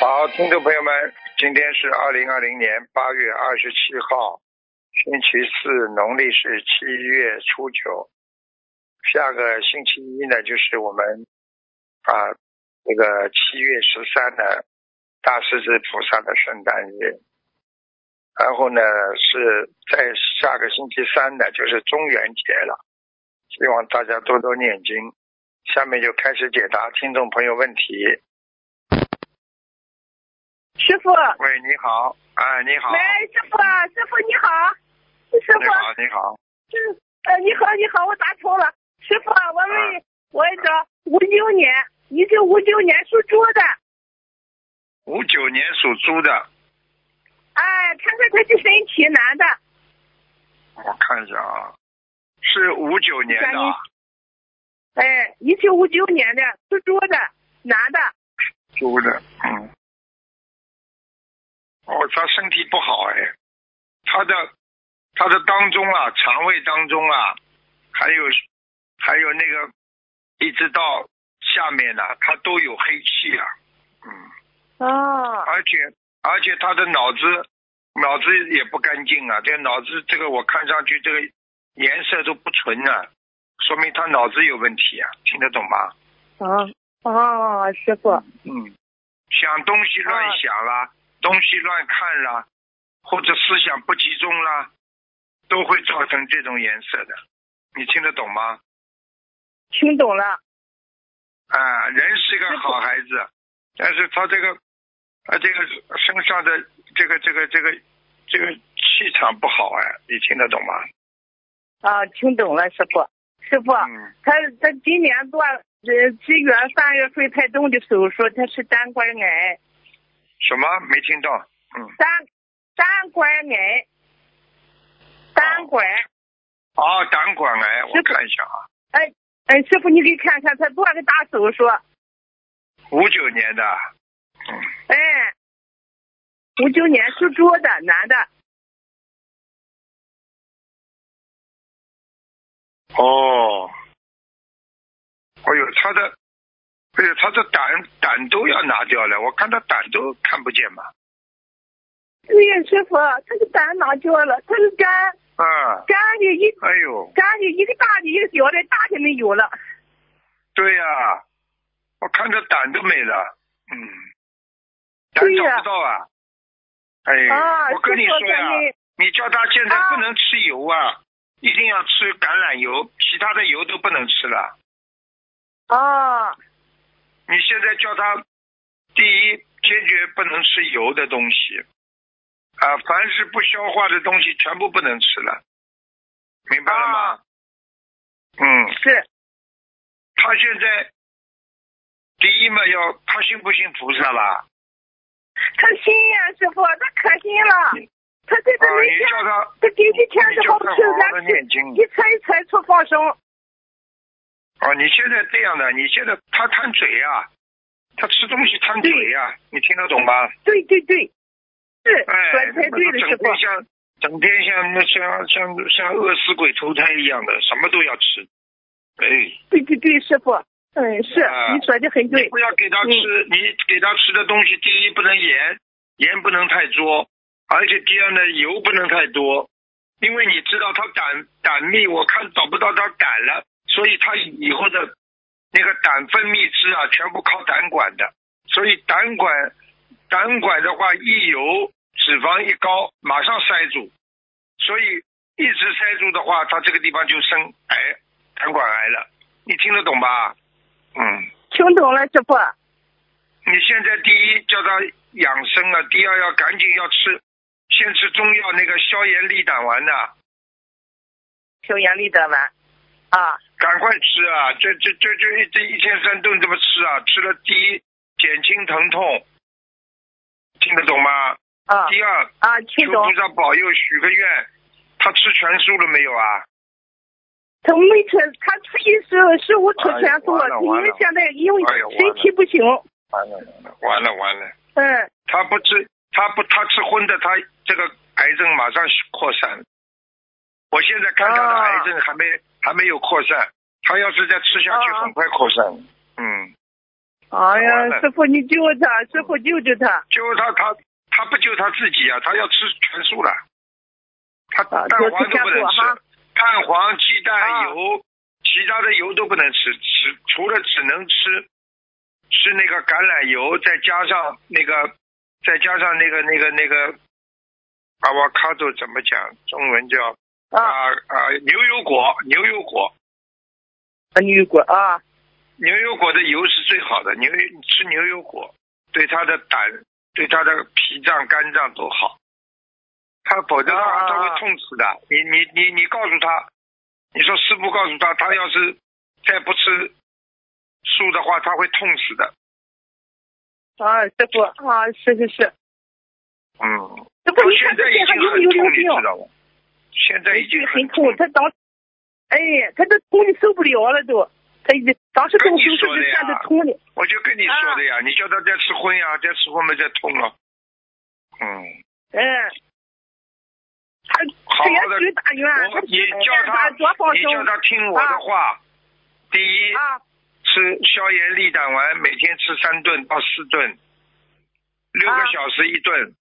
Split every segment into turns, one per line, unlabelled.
好，听众朋友们，今天是二零二零年八月二十七号，星期四，农历是七月初九。下个星期一呢，就是我们啊，这个七月十三的大势至菩萨的圣诞日。然后呢，是在下个星期三呢，就是中元节了。希望大家多多念经。下面就开始解答听众朋友问题。
师傅，
喂，你好，哎，你好，
喂，师傅，啊师傅你好，师
你好
傅，，
你好，
嗯呃，你好，你好，我打通了。师傅，啊我
嗯
问，我这五九年，一九五九年属猪的，
五九年属猪的，
哎，看看他的身体，男的，
我看一下啊，是五九年的啊，
哎，一九五九年的属猪的，男的，
猪的，嗯，哦，他身体不好哎，他的他的当中啊，肠胃当中啊，还有还有那个一直到下面呢、他都有黑气啊，嗯。
哦，
而且而且他的脑子脑子也不干净啊，这个脑子这个我看上去这个颜色都不纯啊，说明他脑子有问题啊，听得懂吗？
哦，哦，师傅，
嗯，想东西乱想啦，东西乱看啦，或者思想不集中啦，都会造成这种颜色的，你听得懂吗？
听懂了，
啊，人是一个好孩子，但是他这个，他这个身上的这个这个这个这个气场不好哎，你听得懂吗？
啊，听懂了，师傅，师傅，
嗯，
他他今年做呃七月三月肺拍动的手术，他是单管癌，
什么没听到？嗯，
单单管癌，单管。
哦，胆管癌，我
是的
看一下啊，
哎哎，师傅你给看看，他做个大手术，
五九年的，嗯，
哎，五九年属猪的男的，哎
哦，哎呦，他的，哎呦，他的胆胆都要拿掉了，我看他胆都看不见嘛，
对呀，师傅，他的胆拿掉了，他的肝
啊，
肝的一
哎呦，
肝的一个大的一个小的，大的没有了，
对呀、我看着胆都没了，嗯，胆
对呀
找不到啊。哎，
啊，
我跟你
师傅
说呀、
赶紧
你叫他现在
啊
不能吃油啊，一定要吃橄榄油，其他的油都不能吃了。
啊，
你现在叫他，第一，坚决不能吃油的东西，啊，凡是不消化的东西全部不能吃了，明白了吗？
啊
嗯，
是
他现在第一嘛，要他信不信菩萨啦？
他心呀、师傅，他可心了，他这
啊
个，没
你
天，
叫他，
他给你钱
你
是
叫
好
他
吃，
好好的
咱
念经。
一猜一猜出放生。
啊，你现在这样的，你现在他贪嘴呀、他吃东西贪嘴呀、你听得懂吗？
对对对，是
哎，
说的太对了，
整
师傅
天。像整天像那像像像饿死鬼投胎一样的，什么都要吃。哎，
对对对，师傅，嗯，是
啊
你说的很对
不。要给他吃，你给他吃的东西，第一不能盐，盐不能太多，而且第二呢，油不能太多，因为你知道他胆胆密，我看找不到他胆了，所以他以后的那个胆分泌汁啊，全部靠胆管的，所以胆管胆管的话，一油脂肪一高，马上塞住，所以一直塞住的话，他这个地方就生癌，胆管癌了，你听得懂吧？嗯。
听懂了，师傅。
你现在第一叫他养生啊，第二要赶紧要吃，先吃中药那个消炎利胆丸呐、
听严厉的完，啊，
赶快吃啊！这这这这一这一天三顿这么吃啊，吃了第一减轻疼痛，听得懂吗？
啊
第二
啊，听
求
懂
菩。萨保佑许个愿，他吃全素了没有啊？
他没吃，他初一十十五吃全素，
哎呀完了
因
完
为
了
现在因为
哎呀完了
身体不行，
完了完了完了完了，
嗯，
他不吃他不他吃荤的，他这个癌症马上扩散了。我现在看他的
啊
癌症还没、还没有扩散，他要是再吃下去，
啊
很快扩散。嗯，
哎
完
呀，
了
师傅你救他，师傅救救他。
救他他他不救他自己啊，他要吃全素了，他
啊
蛋黄
就是
都不能
全素
吃
哈，
蛋黄、鸡蛋、
啊
油，其他的油都不能吃，吃除了只能吃吃那个橄榄油，再加上那个再加上那个那个那个阿瓦卡多怎么讲？中文叫
啊，
啊牛油果，牛油果。嗯
女鬼啊，
牛油果的油是最好的，牛油吃牛油果对他的胆、对他的脾脏、肝脏都好。他否则的话
啊
他会痛死的。你你你你告诉他，你说师傅告诉他，他要是再不吃素的话，他会痛死的。
啊，师傅啊，是是是，
嗯，
师
到
傅你
现
看
在
最
已
近还
经
有
很
有
痛，
有
你
病，
知道吗？现在已经
很
痛
痛，。他当，哎，他这痛的受不了了都，他已经当时动手术就看着痛的，
我就跟你说的呀，你叫他再吃荤呀，再吃荤嘛，再痛了。嗯，
嗯，他
好
他也
好的
许大冤，
我
啊他
你叫他，
多放
你叫
生
他听我的话。第一，
啊，
吃消炎利胆丸，每天吃三顿到四顿，六个
啊
小时一顿。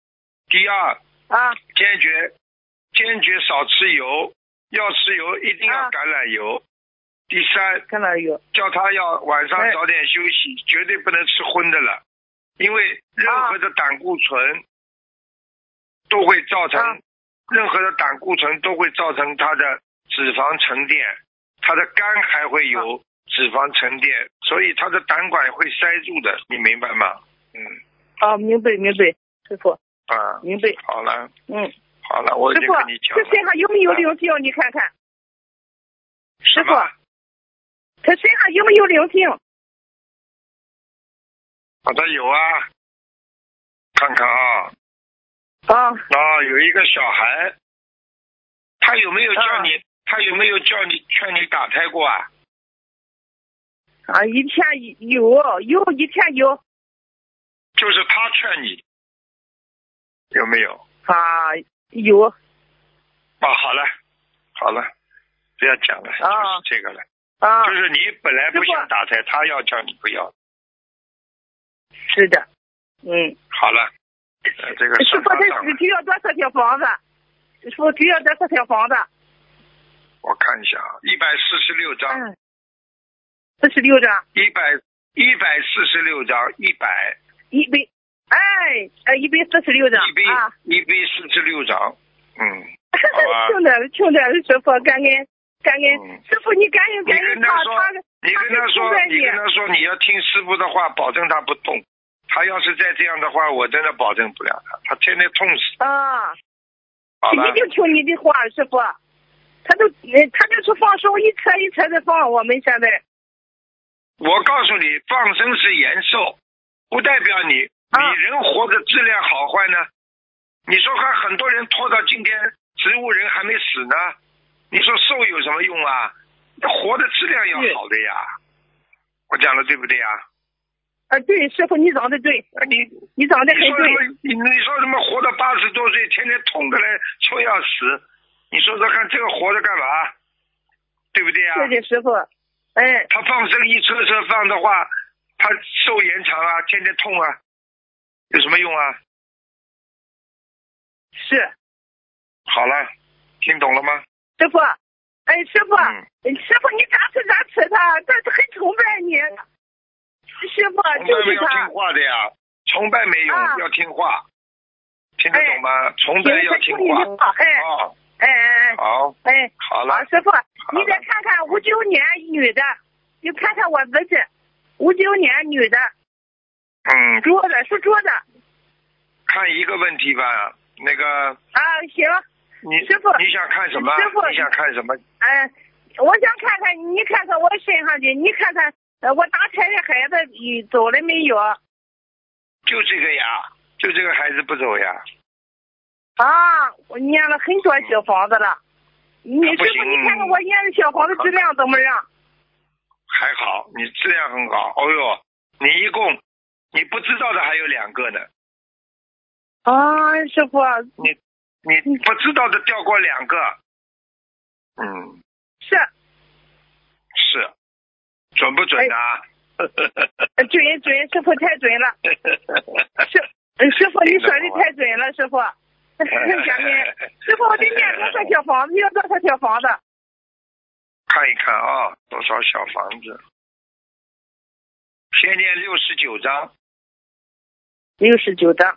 第二，
啊
坚决坚决少吃油，要吃油一定要
啊
橄榄油。第三，
看哪有
叫他要晚上
哎
早点休息，绝对不能吃荤的了，因为任何的胆固醇都会造成，
啊
任何的胆固醇都会造成他的脂肪沉淀，他的肝还会
啊
有脂肪沉淀，所以他的胆管会塞住的，你明白吗？嗯
啊，明白明白，师傅
啊，
明白，
好了
嗯，
好了，我已
师
经
傅
跟你讲
这身
了，
上有没有灵性？你看看
什
师傅
么
他身上有没有灵性？
好的有啊，看看啊，
啊，
啊，有一个小孩，他有没有叫
啊
你？他有没有叫你劝你打胎过啊？
啊，以前有有以前有
就是他劝你，有没有？
啊有
啊，好了，好了，不要讲了，
啊
就是这个了。
啊，
就是你本来不
师傅
想打胎，他要叫你不要。
是的，嗯，
好了，呃这个
师
算
傅
他
他
账了，
需要多少套房子？师傅需要多少套房子？
我看一下啊，一百四十六张，
嗯，四十六张，
一百一百四十六张，一百
一百，哎，哎，一百四十六张
一百
啊，
一百四十六张，嗯。 吧
听着听着，师傅感恩感恩
嗯，
师傅你感恩
你
感
跟
恩
他
他
说
他
你跟他说
他是，
你
崇拜
跟他说，你要听师傅的话，保证他不动。他要是再这样的话，我真的保证不了他，他天天痛死。
啊，
好了
一，定听你的话，师傅。他都，呃他就是放手一车一车的放，我们现在
我告诉你，放生是延寿，不代表你
啊
你人活的质量好坏呢。你说看，很多人拖到今天，植物人还没死呢，你说寿有什么用啊？那活的质量要
是
好的呀。我讲的对不对呀？
啊，对，师傅你讲的对，
那你
你讲的
你说
很
什
对
么？你你说什么活到八十多岁，天天痛的嘞，臭要死？你说说看，这个活着干嘛？对不对啊？
谢谢师傅。哎，
他放生一车车放的话，他寿延长啊，天天痛啊，有什么用啊？
是
好了，听懂了吗？
师傅，哎，师傅，
嗯
师傅，你咋吃咋吃他，他是很崇拜你。师傅
崇
就
拜没
是
有听
他，
话的呀，崇拜没用，
啊
要听话，听得懂吗？崇拜要听
听你
话。
的话，哎
哦，
哎哎
好，
哎哎，
好了
好，，师傅，
了
你再看看五九年女的，你看看我儿子，五九年女的，
嗯，
猪的，属猪的
看一个问题吧，那个
啊，行，
你
师傅
你想看什么？
师傅
你想看什么？
哎，我想看看你看看我身上的，你看看呃我打胎的孩子嗯走了没有？
就这个呀，就这个孩子不走呀，
啊，我念了很多小房子了。你
那
师
不
傅，
行啊
你看看我念的小房子质量怎么样？
还好，你质量很好。哦哟，你一共你不知道的还有两个呢，
啊，师傅，
你
嗯
你不知道的掉过两个，嗯，
是哎
是准不准呐、
呃准准，师傅太准了，师呃师傅你说的太准了，师傅。
哎
感恩师傅，我得念多少小房子？要多少小房子？
看一看啊，多少小房子？先念六十九章，
六十九张。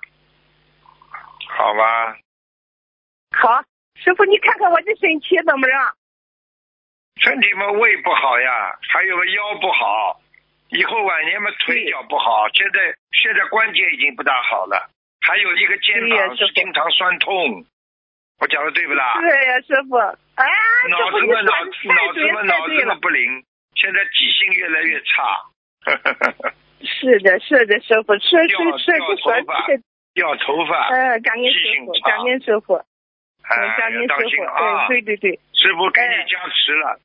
好吧？
好，师傅你看看我这身体怎么样？
身体嘛，胃不好呀，还有个腰不好，以后晚年嘛腿脚不好，现在现在关节已经不大好了，还有一个肩
对呀
膀
师
是
傅
经常酸痛，我讲的对不啦？
是呀，师傅。哎，师
脑
傅
子
你
嘛
说的
脑
太
脑子
对
嘛
了，
脑
太对
子嘛
了。
不灵，现在记性越来越差，
是的，是的，师傅，是是
掉
是，
掉
你说
头发
的，
掉头发，
嗯，感恩
记
师
啊性
傅，
差
感恩师傅，嗯，
哎
感恩
要
师
当心
傅，
啊！
对对对对，
师傅给
哎
你加持了，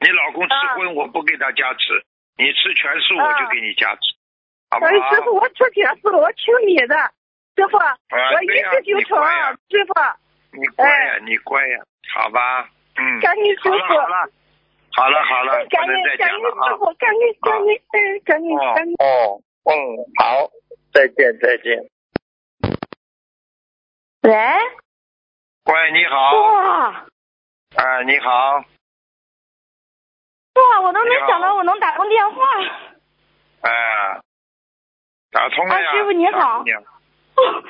你老公吃
啊
荤我不给他加持，你吃全素我
啊
就给你加持，好不
哎，师傅，
好？
我出全素了，我听你的，师傅，我一
啊对呀
直就
你
成
乖呀，
师傅，
你乖
哎
呀，你乖呀，好吧？嗯，
感恩师
好
傅，
了好了，好了好了，
感
不能再
恩感
讲
恩
了啊
师！傅，感恩感恩，嗯，感恩
哦
感恩。
哦嗯，好，再见再见。
喂，
喂，你
哦
好，
哇
啊，你好，
哇，我都没
你好
想到我能打通电话。
啊，打通了呀，
啊师傅你好
大姑娘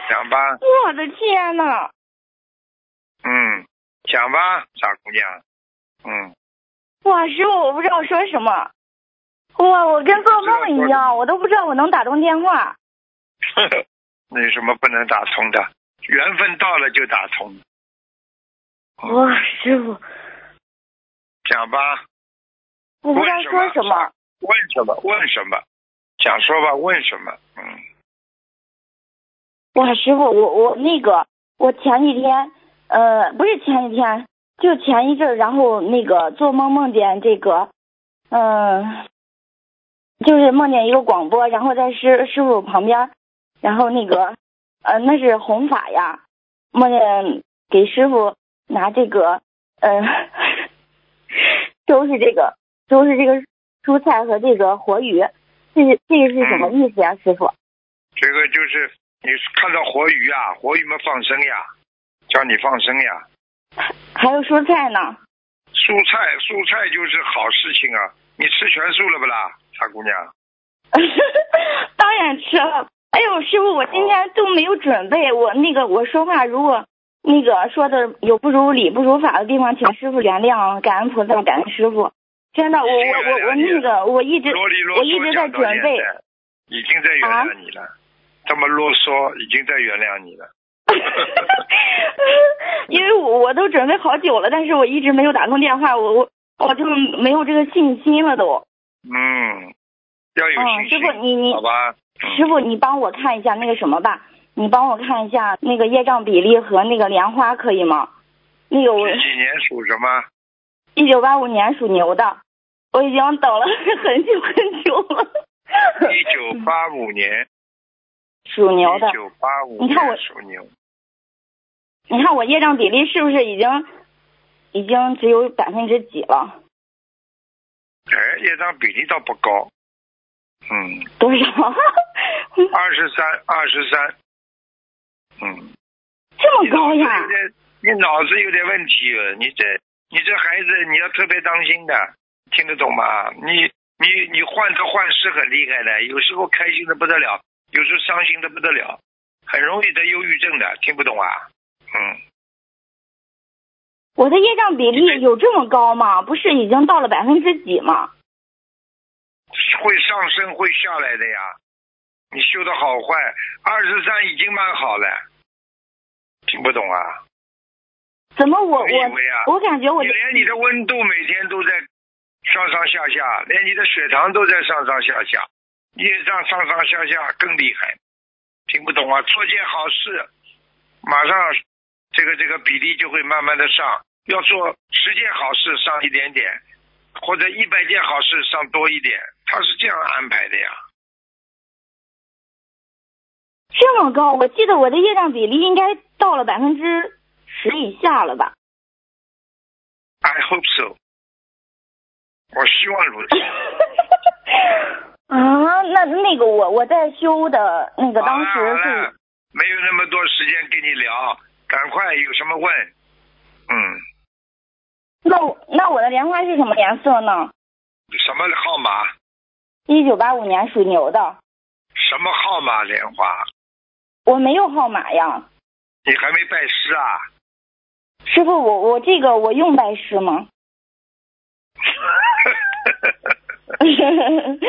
讲吧，
我的天呐！
嗯，讲吧，傻姑娘，嗯，
哇，师傅，我不知道说什么。哇，我跟做梦一样，我都不知道我能打通电话。
呵呵，那有什么不能打通的？缘分到了就打通，嗯哦
哇，师傅，
讲吧，
我不知道说什么。
问什么？问什么？想说吧，问什么？嗯，
哇，师傅，我我那个，我前几天，呃，不是前几天，就前一阵儿，然后那个做梦梦见这个，嗯、就是梦见一个广播，然后在师师傅旁边儿，然后那个，呃，那是弘法呀，梦见给师傅拿这个，呃， 收拾这个收拾这个蔬菜和这个活鱼，这是这个是什么意思呀，师傅？
这个就是你看到活鱼啊，活鱼嘛放生呀，叫你放生呀，
还有蔬菜呢？
蔬菜，蔬菜就是好事情啊！你吃全素了不啦，傻姑娘？
当然吃了。哎呦，师傅，我今天都没有准备，我那个我说话如果那个说的有不如理、不如法的地方，请师傅原谅啊，感恩菩萨，感恩师傅。真的，我我我我那个我一直
啰里啰
我一直
嗦
在
讲到
准
现
备，啊
在，已经在原谅你了。这么啰嗦，已经在原谅你了。
因为我我都准备好久了，但是我一直没有打通电话，我我我就没有这个信心了都。
嗯，要有
嗯，
信心，
师傅你你
好吧？
师
嗯，
傅，你帮我看一下那个什么吧，你帮我看一下那个业障比例和那个莲花可以吗？那 个我
几几年属什 么？
一九八五年属牛的，我已经等了 很久很久了。
一九八五年，
属牛的
一，九八五
你看我
年属牛。
你看我业障比例是不是已经已经只有百分之几了？
哎，业障比例倒不高。嗯，
多少？
二十三，二十三。嗯。
这么高呀
有？点，你脑子有点问题，你这你这孩子你要特别当心的，听得懂吗？你你你患得患失很厉害的，有时候开心的不得了，有时候伤心的不得了，很容易得忧郁症的，听不懂啊？嗯，
我的业障比
你这
例有这么高吗？不是已经到了百分之几吗？
会上升会下来的呀。你修的好坏，二十三已经蛮好了，听不懂啊？
怎么我
我以为啊
我我感觉我
你
的
连你的温度每天都在上上下下，连你的血糖都在上上下下，业障上上下下更厉害，听不懂啊？做件好事，马上这个这个比例就会慢慢的上。要做十件好事上一点点，或者一百件好事上多一点，他是这样安排的呀。
这么高，我记得我的业障比例应该到了百分之十以下了吧？
I hope so，我希望如此。
啊，那那个我我在修的那个当
好了
时
好了
是，
没有那么多时间跟你聊，赶快有什么问。嗯，
那我那我的莲花是什么颜色呢？
什么号码？
一九八五年属牛的，
什么号码莲花？
我没有号码呀，
你还没拜师啊？
师傅我我这个我用拜师吗？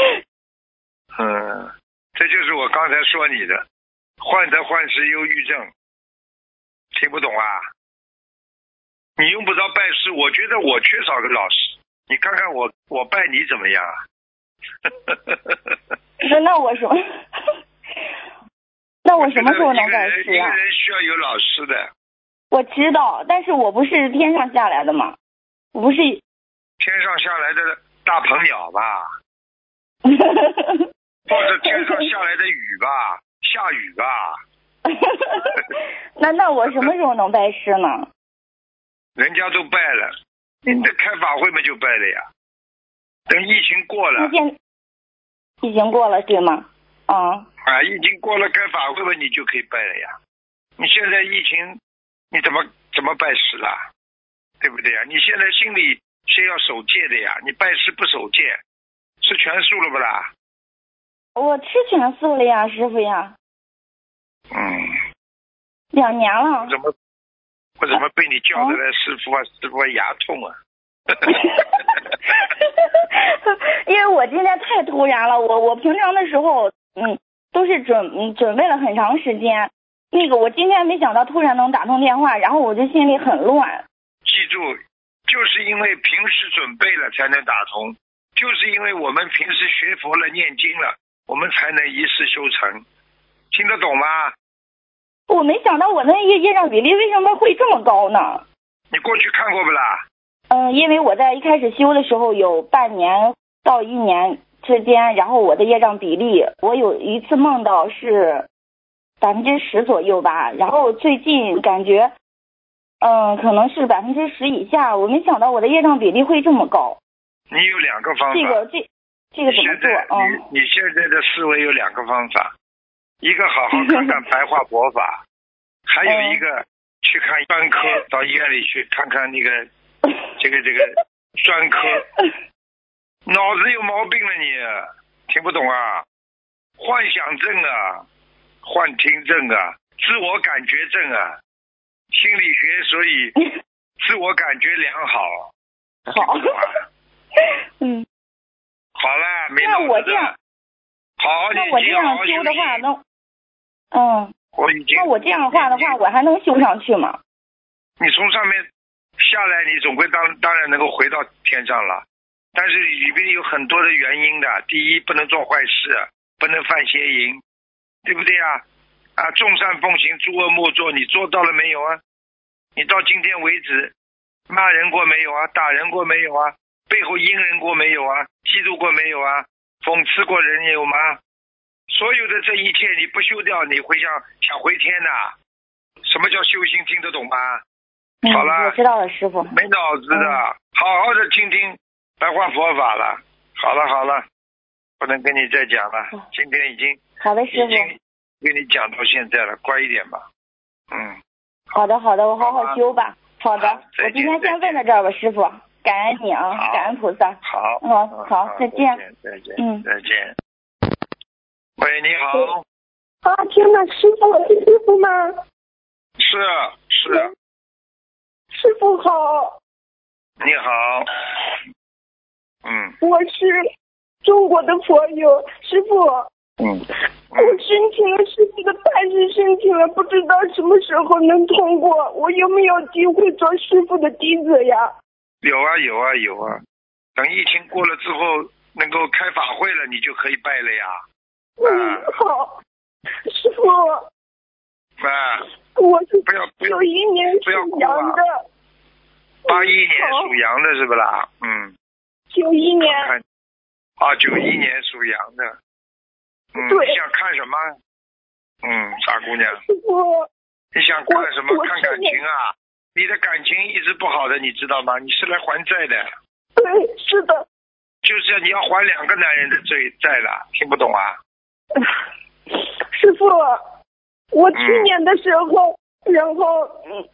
嗯，这就是我刚才说你的，患得患失忧郁症，听不懂啊？你用不着拜师，我觉得我缺少个老师，你看看我，我拜你怎么样啊？
那那我什么？那我什么时候能拜
一
师
个人
啊
一个？人需要有老师的，
我知道，但是我不是天上下来的嘛，我不是。
天上下来的大鹏鸟吧， 或者天上下来的雨吧，下雨吧，
那那我什么时候能拜师呢？
人家都拜了，你这开法会嘛就拜了呀。等疫情过了
那，现已经过了对吗？啊，
啊，已经过了开法会了，你就可以拜了呀。你现在疫情，你怎么怎么拜师啦？对不对呀？你现在心里是要守戒的呀，你拜师不守戒，吃全素了不啦？
我吃全素了呀，师傅呀，
嗯，
两年了
我。怎么我怎么被你叫着来师傅啊，师傅啊，牙痛啊！
因为我今天太突然了，我我平常的时候，嗯，都是准嗯准备了很长时间。那个我今天没想到突然能打通电话，然后我就心里很乱。
记住，就是因为平时准备了才能打通，就是因为我们平时学佛了、念经了，我们才能一世修成，听得懂吗？
我没想到我的业业障比例为什么会这么高呢？
你过去看过不啦？
嗯，因为我在一开始修的时候有半年到一年之间，然后我的业障比例，我有一次梦到是百分之十左右吧，然后最近感觉，嗯，可能是百分之十以下，我没想到我的业障比例会这么高。
你有两个方法。
这个这这
你
个怎么
现
做
在？
嗯，
你你现在的思维有两个方法，一个好好看看白话佛 法，还有一
哦
个去看专科，到医院里去看看那个这个这个专科。脑子有毛病了你，听不懂啊？幻想症啊，幻听症啊，自我感觉症啊，心理学所以自我感觉良好，听
好
不，懂啊？
嗯，
好了，没
那
脑子
我
的
这样，
好好念
那我这
经
样
好好
修的话，
息
能，嗯，
我已经，
那我这样的话的
已
话，
经
我还能修上去吗？
你从上面下来，你总归当当然能够回到天上了，但是里边有很多的原因的。第一，不能做坏事，不能犯邪淫，对不对啊？啊，众善奉行，诸恶莫作，你做到了没有啊？你到今天为止，骂人过没有啊？打人过没有啊？背后阴人过没有啊？嫉妒过没有啊？讽刺过人有吗？所有的这一切你不修掉，你会想想回天呐、什么叫修行？听得懂吗？
嗯
好了
我知道了，师傅。
没脑子的，
嗯
好好的听听白话佛法了。好了好了，不能跟你再讲了
好，
今天已经
好的，师
已
傅。
经跟你讲到现在了，乖一点吧。嗯，
好的，好的，我好好修吧。好的
啊好，再见
我今天
再见
先问到这儿吧，师傅，感恩你啊
好，
感恩菩萨。
好，
哦好
嗯
好再见
再见，
嗯
再见。喂，你好，
啊，天哪，师傅是师傅吗？
是是，
师傅好，
你好，嗯
我是中国的佛友，师傅，我
嗯嗯，
申请了师傅的办事申请了，不知道什么时候能通过，我有没有机会做师傅的弟子呀？
有啊有啊有啊，等疫情过了之后，能够开法会了，你就可以拜了呀。
嗯，好，师傅，
啊，
我是
不要不要
九一年
不要哭
属
啊
羊的，
八一年属羊的是不啦？嗯，
九一年
看看，啊，九一年属羊的，嗯，
对
你想看什么？嗯，傻姑娘，
师傅。
你想看什么
我？我
看感情啊？你的感情一直不好的，你知道吗？你是来还债的，
嗯对，是的，
就是你要还两个男人的罪债了，听不懂啊？
师傅，我去年的时候，然后嗯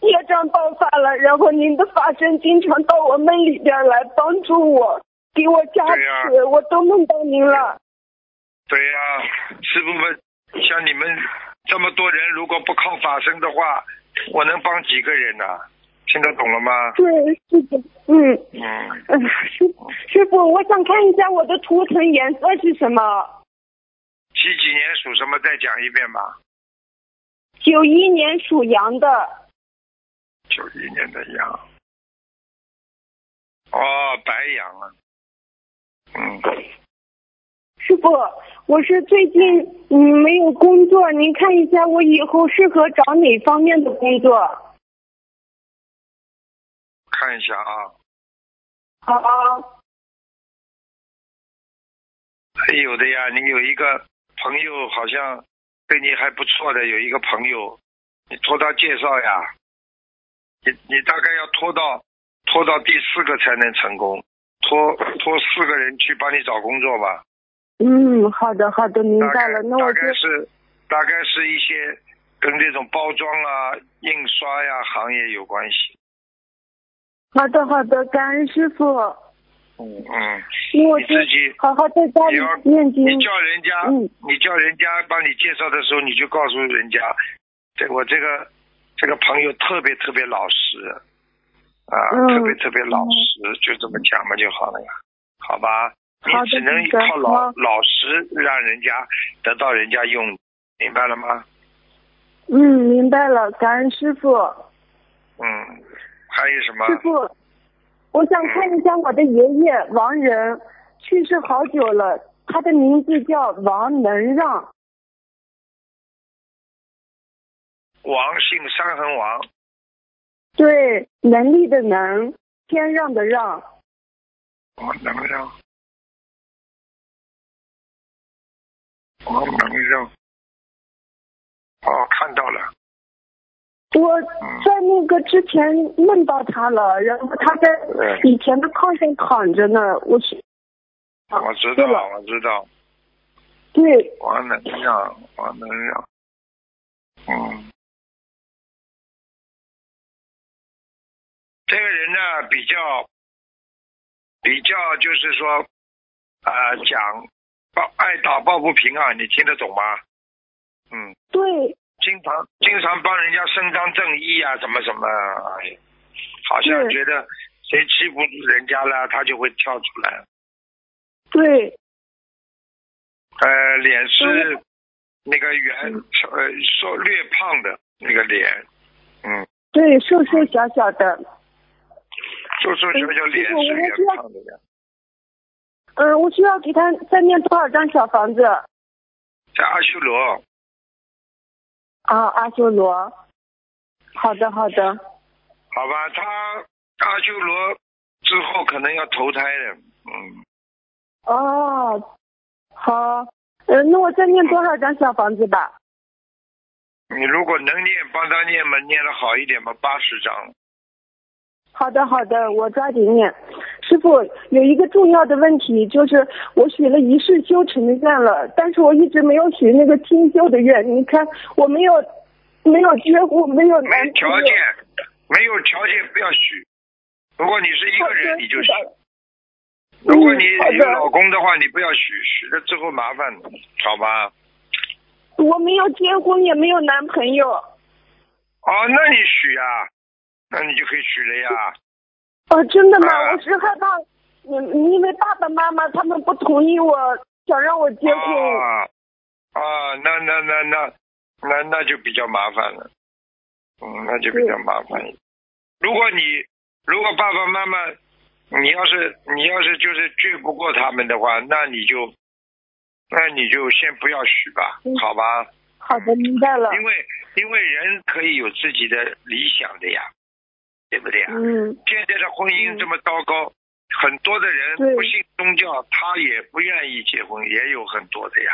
业障爆发了，然后您的法身经常到我梦里边来帮助我，给我加
对呀
持，我都梦到您了。
对呀、师傅们，像你们这么多人，如果不靠法身的话，我能帮几个人呐、啊听得懂了吗？
对，是的，嗯，
嗯，
嗯师师傅，我想看一下我的图腾颜色是什么？
几几年属什么？再讲一遍吧。
九一年属羊的，
九一年的羊。哦，白羊啊。嗯，
师傅，我是最近嗯没有工作，您看一下我以后适合找哪方面的工作？
看一下啊。
好、啊，
还哎有的呀，你有一个朋友好像对你还不错的，有一个朋友，你托他介绍呀，你你大概要拖到拖到第四个才能成功，拖拖四个人去帮你找工作吧，
嗯，好的，好的，明
大
白
概
了。那我
大
就
概是大概是一些跟这种包装啊、印刷呀、行业有关系，
好的，好的，感恩师傅，
嗯嗯。
那我
你
就
自己
好好在家
你
里
要
念经
你。叫人家，
嗯
你叫人家帮你介绍的时候，你就告诉人家，这我这个这个朋友特别特别老实，啊，
嗯
特别特别老实，就这么讲嘛就好了呀，好吧？你
好的
只能
明白
靠老
好
老实让人家得到人家用，明白了吗？
嗯，明白了，感恩师傅。
嗯，还有 什么？
师傅，我想看一下我的爷爷王仁，去世好久了，他的名字叫王能让。
王姓三横王，
对，能力的能，谦让的让。
王能让，王能让，哦，看到了。嗯
我在那个之前梦到他了，然后他在
嗯
以前的炕上躺着呢。我是，啊
我知
对
道，
了，
我知道，
对，
王能量，王能量，嗯，这个人呢比较，比较就是说，啊、讲抱爱打抱不平啊，你听得懂吗？嗯，
对，
经常经常帮人家伸张正义啊，什么什么，哎好像
是
觉得谁欺负人家了，他就会跳出来。
对，
呃，脸是
嗯
那个圆，呃，说略胖的那个脸，嗯，
对，瘦瘦小小的。
瘦瘦
哎
小小脸是圆胖的呀。
嗯，我需要给他再念多少张小房子？
在阿修罗，
啊，阿修罗。好的，好的。
好吧，他阿修罗之后可能要投胎的，嗯，
哦，好。呃，那我再念多少张小房子吧？
你如果能念，帮他念嘛，念的好一点嘛，八十章，
好的，好的，我抓紧念。师傅，有一个重要的问题，就是我许了一世修成的愿了，但是我一直没有许那个清修的愿。你看，我没有，没有觉悟，嗯没有
没
男朋
哎条
友
件，没有条件不要许。如果你是一
好
个
的
人，你就是许
的；
如果你
嗯好的
有老公的话，你不要许，许了之后麻烦，好吧？
我没有结婚，也没有男朋友。
哦，那你许呀、那你就可以许了 呀。
哦，真的吗？
啊
我是害怕，嗯，因为爸爸妈妈他们不同意我，想让我结婚。
啊啊，那那那那那那就比较麻烦了，嗯，那就比较麻烦。如果你如果爸爸妈妈，你要是你要是就是倔不过他们的话，那你就那你就先不要许吧，好吧？
好嗯的，明白了。
因为因为人可以有自己的理想的呀，对不对呀？
嗯，
现在的婚姻这么糟糕，很多的人
对
不信宗教，他也不愿意结婚，也有很多的呀。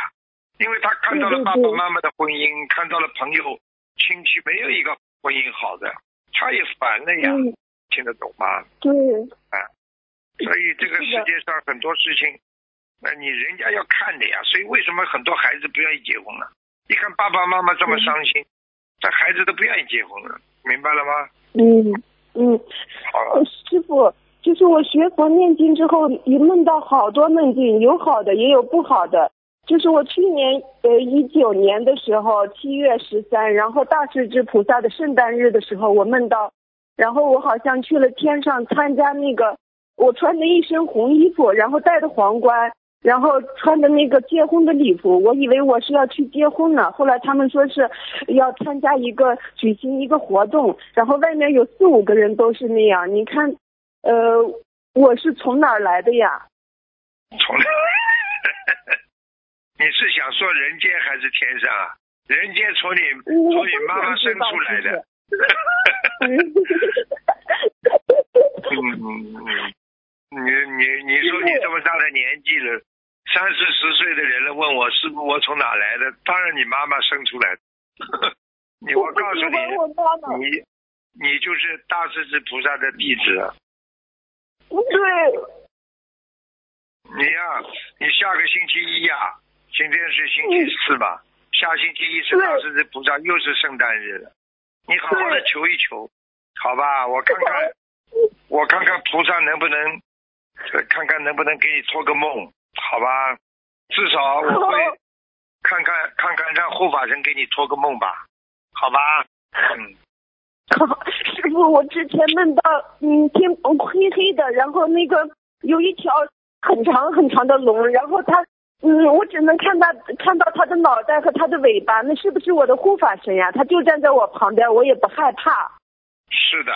因为他看到了
对对
爸爸
对
妈妈的婚姻，看到了朋友亲戚没有一个婚姻好的，他也烦了呀。
嗯，
听得懂吗？
对。
所以这个世界上很多事情，那你人家要看的呀。所以为什么很多孩子不愿意结婚呢？你看爸爸妈妈这么
嗯
伤心，这孩子都不愿意结婚了，明白了吗？
嗯嗯，
好了，
师傅，就是我学佛念经之后，也梦到好多梦境，有好的也有不好的。就是我去年呃一九年的时候，七月十三，然后大势至菩萨的圣诞日的时候，我梦到，然后我好像去了天上参加那个，我穿的一身红衣服，然后戴的皇冠，然后穿的那个结婚的礼服，我以为我是要去结婚呢，后来他们说是要参加一个举行一个活动，然后外面有四五个人都是那样，你看，呃，我是从哪儿来的呀？
从来。 你是想说人间还是天上啊？人间从你从你妈妈生出来 的。嗯嗯嗯，你你你说你这么大的年纪了，三四十岁的人了，问我是不我从哪来的？当然你妈妈生出来的。 你我告诉你，你你就是大势至菩萨的弟子。啊
对。
你呀、啊，你下个星期一呀、啊，今天是星期四吧？嗯、下星期一是大势至菩萨又是圣诞日了，你好好的求一求，好吧？我看看，我看看菩萨能不能，看看能不能给你托个梦，好吧？至少我会看看看看让护法神给你托个梦吧，好吧？嗯。
师 傅，我之前梦到嗯天黑黑的，然后那个有一条。很长很长的龙，然后它，嗯，我只能看到看到它的脑袋和它的尾巴，那是不是我的护法神呀？他就站在我旁边，我也不害怕。
是的。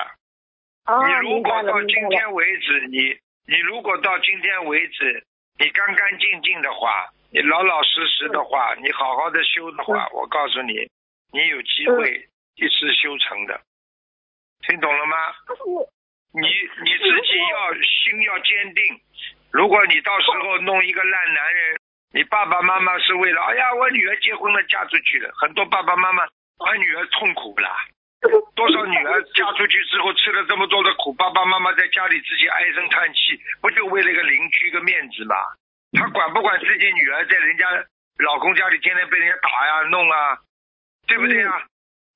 啊，
你如果到今天为止，你你如果到今天为止，你干干净净的话，你老老实实的话，你好好的修的话，我告诉你，你有机会一次修成的。听懂了吗？ 你你自己要心要坚定。如果你到时候弄一个烂男人，你爸爸妈妈是为了哎呀，我女儿结婚了嫁出去了，很多爸爸妈妈把女儿痛苦了，多少女儿嫁出去之后吃了这么多的苦，爸爸妈妈在家里自己唉声叹气，不就为了一个邻居一个面子嘛？他管不管自己女儿在人家老公家里天天被人家打呀弄啊，对不对啊？
嗯、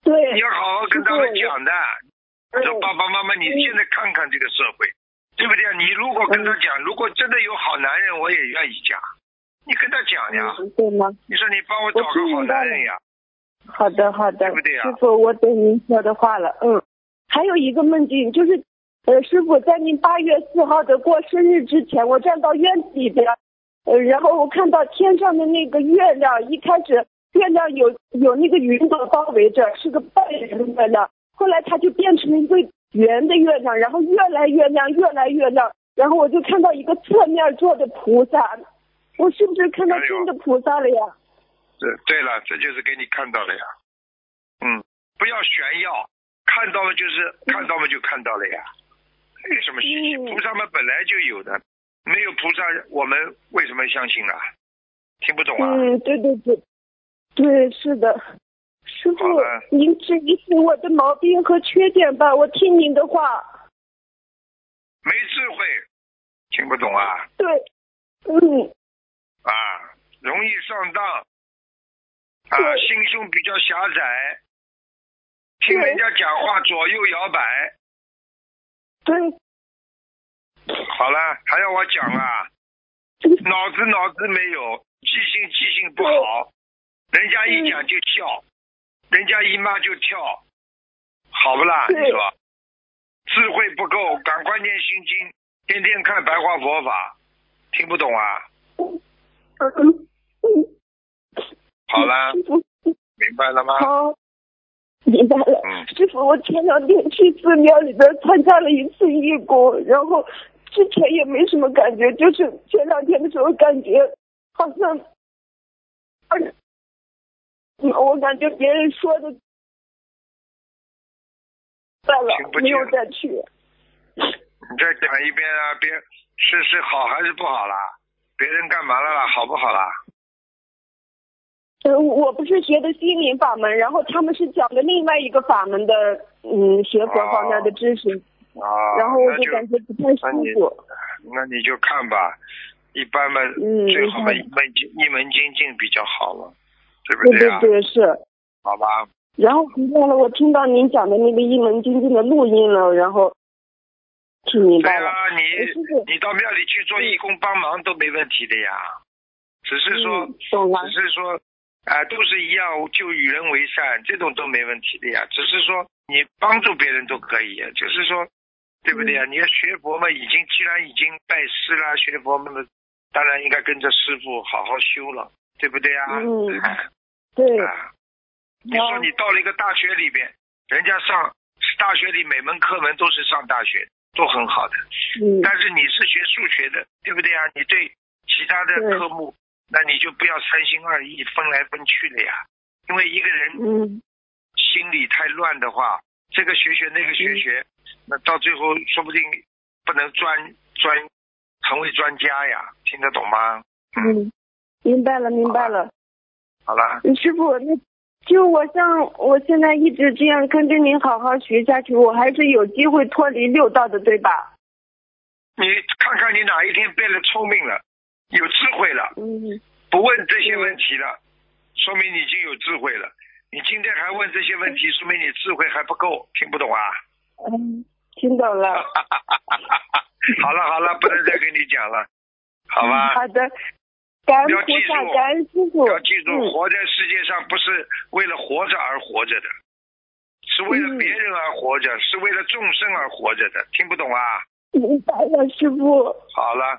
对，嗯
你要好好跟他们讲的，你说爸爸妈妈，你现在看看这个社会。对不对？你如果跟他讲，如果真的有好男人，我也愿意嫁。你跟他讲呀，
嗯对吗？
你说你帮我找个好男人呀。
好的，好的，
对不对呀、啊？
师傅，我等您说的话了。嗯，还有一个梦境，就是呃，师傅在您八月四号的过生日之前，我站到院子里边，呃，然后我看到天上的那个月亮，一开始月亮有有那个云朵包围着，是个半圆的月亮，后来它就变成了一个。圆的月亮，然后越来越亮，越来越亮，然后我就看到一个侧面坐的菩萨，我是不是看到真的菩萨了呀？
对、哎，对了，这就是给你看到了呀。嗯，不要炫耀，看到了就是看到了就看到了呀，没、嗯、什么稀奇。菩萨们本来就有的，没有菩萨我们为什么相信啊？听不懂啊？
嗯，对对对，对，是的。师傅，您治一治我的毛病和缺点吧，我听您的话。
没智慧，听不懂啊？
对，嗯。
啊，容易上当，啊，心胸比较狭窄，听人家讲话左右摇摆。
对。
好了，还要我讲啊？脑子脑子没有，记性记性不好，人家一讲就笑。人家姨妈就跳，好不啦？你说，智慧不够，赶快念心经，天天看白话佛法，听不懂啊？
嗯
好啦，明白了吗？
好，哦明白了。嗯、师傅，我前两天去寺庙里边参加了一次义工，然后之前也没什么感觉，就是前两天的时候感觉好像，嗯我感觉别人说的，嗯算了，嗯没有再去。
你再讲一遍啊！别是是好还是不好啦？别人干嘛了啦？好不好啦？
呃，我不是学的心灵法门，然后他们是讲的另外一个法门的，嗯，学佛方面的知识。
啊，
然后我
那就
就感觉不太舒
那你啊
服。
那你就看吧，一般嘛，
嗯
最好嘛
你
一门精一门精进比较好了，对不
对
啊？
对是。
好吧，
然后回来了，我听到您讲的那个一门精进的录音了，然后听明
对
白了。哎嗯
啊，
师
你
傅
你到庙里去做义工帮忙都没问题的呀，只是说、
嗯懂了。
只是说啊、都是一样，就与人为善，这种都没问题的呀。只是说你帮助别人都可以，就是说，对不对
嗯
呀？你要学佛嘛，已经既然已经拜师啦，学佛嘛，当然应该跟着师傅好好修了，对不对呀？
嗯
啊
对，
啊，你说你到了一个大学里边，人家上大学里每门课文都是上大学，都很好的。
嗯，
但是你是学数学的，对不对啊？你对其他的
对
科目，那你就不要三心二意、分来分去了呀。因为一个人
嗯，
心里太乱的话，这个学学那个
嗯
学学，那到最后说不定不能专专成为专家呀，听得懂吗？
嗯，明白了，明白了。哎
好了，
师傅，那就我像我现在一直这样跟着您好好学下去，我还是有机会脱离六道的，对吧？
你看看你哪一天变得聪明了，有智慧了，
嗯，
不问这些问题了，说明你已经有智慧了。你今天还问这些问题，说明你智慧还不够，听不懂 啊？
嗯，听懂了。
好了好了，不能再跟你讲了，好吧？
嗯好的，感恩
要
菩
记
萨
住，
感恩师傅。
要记住，
嗯
活在世界上不是为了活着而活着的，是为了别人而活
嗯
着，是为了众生而活着的。听不懂啊？
明白了，师傅。
好了，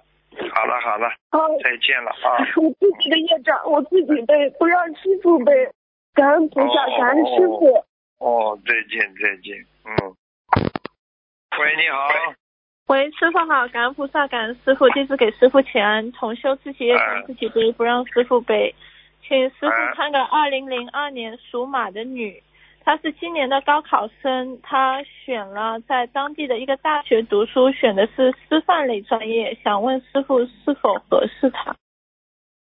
好了好了，
好，
再见了啊！
我自己的业障，我自己背，不让师傅背。感恩菩萨，
哦
感恩师傅。
哦，再见再见，嗯。喂，你好，
喂，师傅好，感恩菩萨，感恩师傅，弟子给师傅请安，重修自己业障自己背，不让师傅背，请师
哎
傅看个二零零二年属马的女，她是今年的高考生，她选了在当地的一个大学读书，选的是师范类专业，想问师傅是否合适她？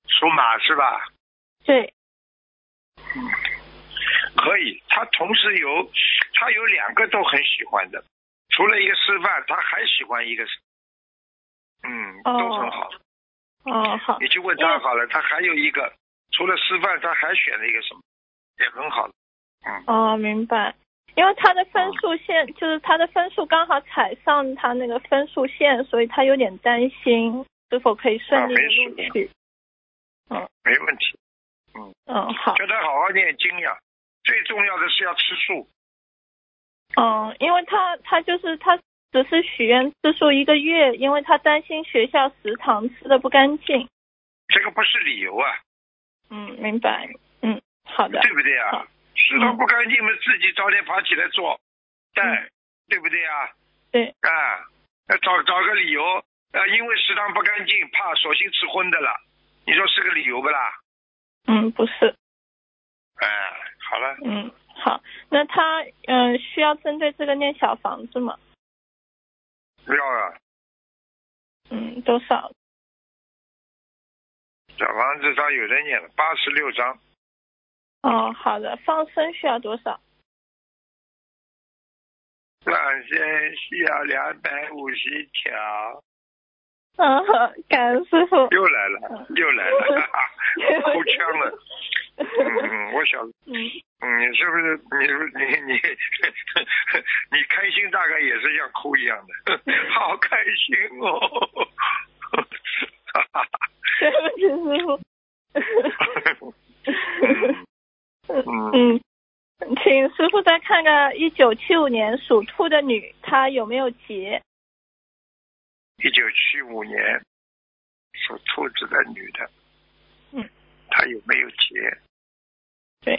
属马是吧？
对，
可以，他同时有，他有两个都很喜欢的，除了一个师范，他还喜欢一个是，嗯，
哦
都很好。
哦好，
你去问
因
他
为
好了，他还有一个，除了师范，他还选了一个什么，也很好的。嗯，
哦明白，因为她的
哦
分数线就是她的分数刚好踩上她那个分数线，所以她有点担心是否可以顺利的录
啊没事
取。
没问题。
嗯，好，
叫他好好念经呀，最重要的是要吃素。
嗯，因为他他就是他只是许愿次数一个月，因为他担心学校食堂吃的不干净。
这个不是理由啊，
嗯，明白。嗯，好的。
对不对啊
好？嗯
食堂不干净嘛，自己早点爬起来做，带，对不对啊？
对。
啊，那找找个理由，啊，因为食堂不干净，怕索性吃荤的了，你说是个理由不啦？
嗯，不是。
哎、好了，
嗯，好。那他嗯、呃需要针对这个念小房子吗？
不要了，
嗯，多少？
小房子上有人念了八十六章，
哦，好的。放生需要多少？
让先需要两百五十条，
嗯，感恩师傅。
又来了，又来了， 哈哈，哭腔了。嗯，嗯，我想
嗯，
嗯，你是不是你是不是你你 你开心大概也是像哭一样的， 好开心哦！ 哈哈
对不起，师傅。
哈 嗯，
嗯，请师傅再看个一九七五年属兔的女，她有没有结？
一九七五年属兔子的女的，
嗯，
她有没有结？
对，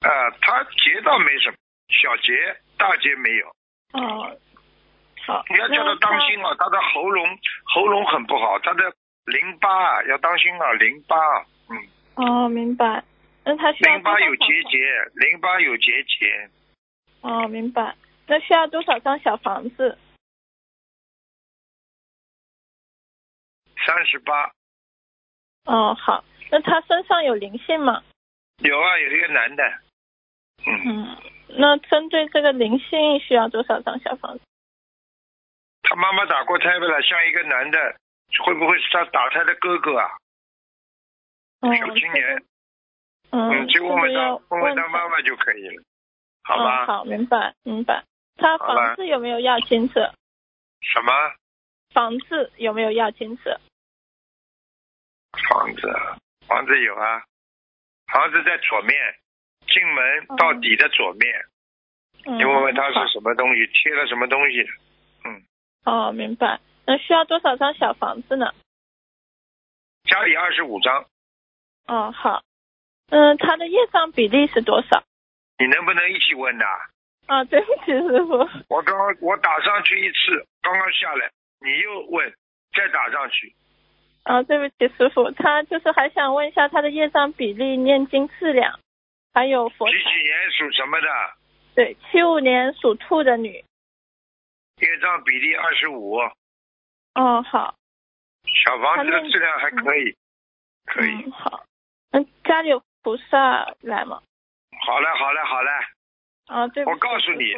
啊，她结倒没什么，小结大结没有。
哦，好，
你要叫他当心啊，他的喉咙喉咙很不好，他的淋巴啊要当心啊，淋巴，嗯，
那她。哦，明白。那她需要
淋
多少
巴
张
有结节，淋巴有结节，
哦，明白。那需要多少张小房子？
三十八。
哦，好。那她身上有灵性吗？
有啊，有一个男的，嗯，
嗯，那针对这个灵性需要多少张小房子？
他妈妈打过胎不了，像一个男的，会不会是他打胎的哥哥啊？
嗯，
小青年，
嗯，
嗯，去问问
这个
他
要，
问问他
他
妈妈就可以了，好吧？
嗯，好，明白，明白。他
好吧
房子有没有要金子？
什么
房子有没有要金子？
房子啊？房子有啊，房子在左面，进门到底的左面。
嗯，
你问问他
好
是什么东西，贴了什么东西？
哦，明白。那需要多少张小房子呢？
家里二十五张，
哦，好。嗯，他的业障比例是多少？
你能不能一起问的？
啊，对不起，师傅。
我刚刚我打上去一次，刚刚下来，你又问，再打上去，
啊，对不起，师傅。他就是还想问一下他的业障比例、念经质量，还有佛
几
台。
几年属什么的？
对，七五年属兔的女。
业障比例二十五，
哦，好。
小房子的质量还可以，可以。
嗯，好。嗯，家里有菩萨来吗？
好了好了好了，
啊，对不起。
我告诉你
师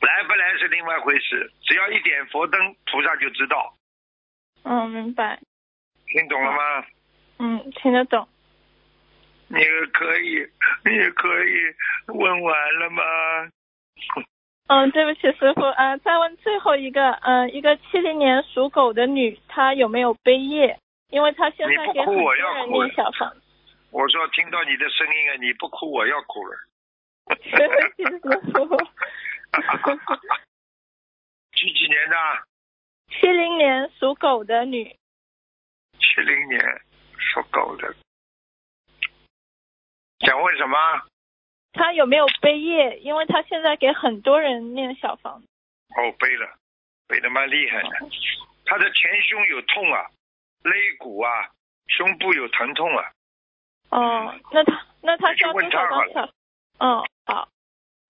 傅
来不来是另外回事，只要一点佛灯，菩萨就知道，
嗯，明白。
听懂了吗？
嗯，听得懂。
你可以，你可以问完了吗？
嗯，对不起，师傅啊、呃再问最后一个，嗯、一个七零年属狗的女，她有没有背业？因为她现在
你不
给很
哭
多
我要
人
哭了
念小房子。
我说听到你的声音啊，你不哭我要哭了。
对不起，师傅。
几几年的？
七零年属狗的女，
七零年，属狗的。想问什么？
她有没有背业？因为她现在给很多人念小房子。
哦，背了，背的蛮厉害的。他的前胸有痛啊，肋骨啊，胸部有疼痛啊。
哦，那她那她需要多少
去
张
问她
小？嗯，好。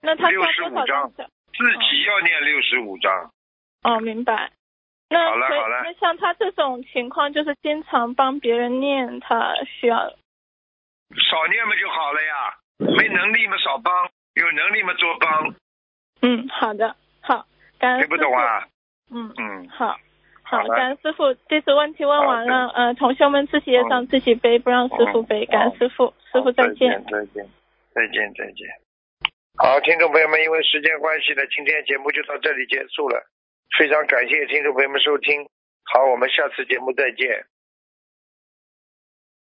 那她需要多少张
65
小？
自己要念六十五章，
哦，明白。那
好了
所以
好了
那像她这种情况，就是经常帮别人念，她需要
少念嘛就好了呀。没能力嘛少帮，有能力嘛多帮，
嗯，好的，好，感恩
听
师
不
傅。
懂啊？
嗯，
嗯，
好，
好了
感恩师傅，这次问题问完了，呃，同学们自己也让自己背，不让师傅背，
嗯
感恩师傅，师傅再见。
再见，再见，再见。好，听众朋友们，因为时间关系呢，今天节目就到这里结束了。非常感谢听众朋友们收听，好，我们下次节目再见。